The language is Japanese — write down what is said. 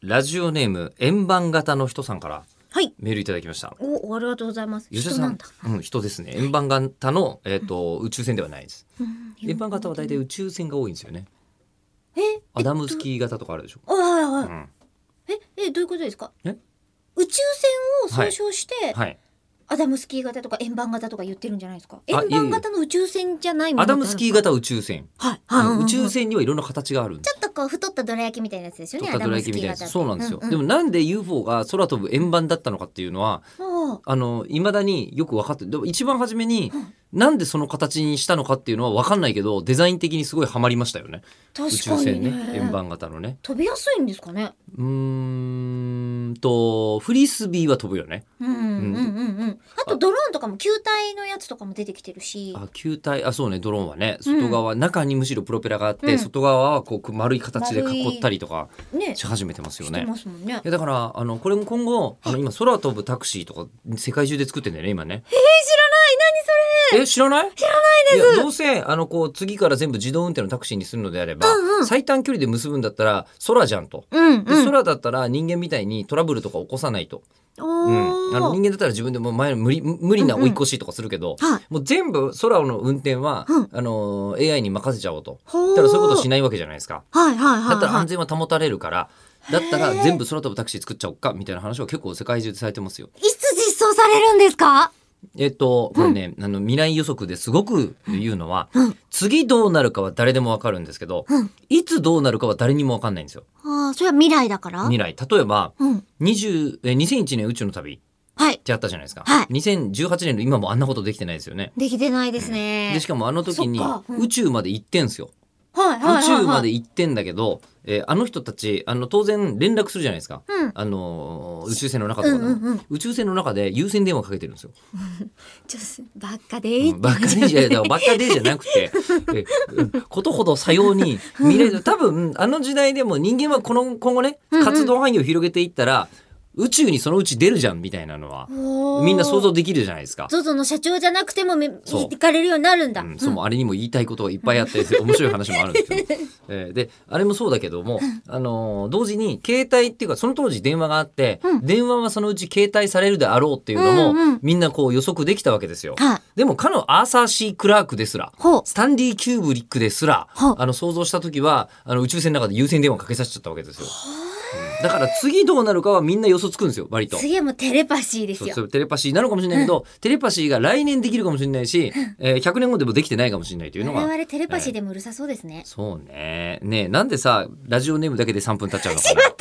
ラジオネーム円盤型の人さんからはい。メールいただきましたお、おありがとうございます。吉田人さなんんだ。うん、人ですね円盤型の、えー、と宇宙船ではないですうん円盤型は大体宇宙船が多いんですよねえ、アダムスキー型とかあるでしょ、あ、はいはうい。ん、え、え、どういうことですか。え宇宙船を総称して、はいアダムスキー型とか円盤型とか言ってるんじゃないですか。いえいえ円盤型の宇宙船じゃないものアってダあるムスキー。型は宇宙船、はい。うん宇宙ちょ船にはいろんな形があるんですっとこう太ったどら焼きみたいなやつですよね。とかどら焼きみたいなやアダムつスキそーうなん型っでてすよ、うんでうんもなんで UFO が空飛ぶ円盤だったのかっていうのはあああの未だによく分かってでも一番初めに、なんでその形にしたのかっていうのは分かんないけどデザイン的にすごいハマりましたよね宇確宙か船にねね。円盤型のね飛びやすいんですかね。うーんとフリスビーは飛ぶよねうんうんうんうん。あとドローンとかも球体のやつとかも出てきてるし。あ球体あそうねドローンはねうん外側、中にむしろプロペラがあって、うん外側はこう丸い形で囲ったりとかね。し始めてますよしねてますもんねい。やだからあのこれも今後あの今空飛ぶタクシーとか世界中で作ってんだよね今ねえ知らない知らないですどうせあのこう次から全部自動運転のタクシーにするのであれば、うんうん最短距離で結ぶんだったら空じゃんと。何そでれ。うんうん。空だったら人間みたいにトラブルとか起こさないと、うおん、ーあの人間だったら自分でも前の無理無理な追い越しとかするけど、はい。もう全部空の運転は、うんあの AI に任せちゃおうとほだーからそういうことしないわけじゃないですか。はいはいはい。だったらは安い全は保たれるから、だったら全部空飛ぶタクシー作っちゃおっかみたいな話は結構世界中でされてますよ。いつ実装されるんですかえっと、これね、あの未来予測ですごく言うのは、うん次どうなるかは誰でもわかるんですけど、うんいつどうなるかは誰にもわかんないんですよ。ああ、それは未来だから未来。例えば、うん。 20え2001年宇宙の旅っはい。てあったじゃないですか。はい2018年の今もあんなことできてないですよね。できてないですね。でしかもあの時にそっかうん宇宙まで行ってんすよ。はいはいはい、は宇い。宙まで。行ってんだけど、えーあの人たち、あの当然連絡するじゃないですか。うん。あのー宇宙船の中とうかでんも、うんうん。宇宙船の中で優先電話かけてるんですよ。ちょっと、ばっかでーってばっかり じゃだからばっかでじゃなくてえことほどさように見れる多分あの時代でも人間はこの今後ねうんうん活動範囲を広げていったら、宇宙にそのうち出るじゃんみたいなのはおーみんな想像できるじゃないですか。ゾゾの社長じゃなくてもめそう行かれるようになるんだ。うん、そうあれにも言いたいことがいっぱいあって面白い話もあるんですけど、えーであれもそうだけども、あのー同時に携帯っていうかその当時電話があって、うん電話はそのうち携帯されるであろうっていうのも、うんうんみんなこう予測できたわけですよ。はい。でもかのアーサー・シー・クラークですらほう。スタンディ・キューブリックですらはああの想像した時はあの宇宙船の中で優先電話かけさせちゃったわけですよ。うんだから次どうなるかはみんな予想つくんですよ割と。次はもうテレパシーですそうよそ。れテレパシーなのかもしれないけど、テレパシーが来年できるかもしれないし、えー100年後でもできてないかもしれないというの我が。々テレパシーでもうるさそうですね。 そうね。ねえなんでさラジオネームだけで3分経っちゃうのかな。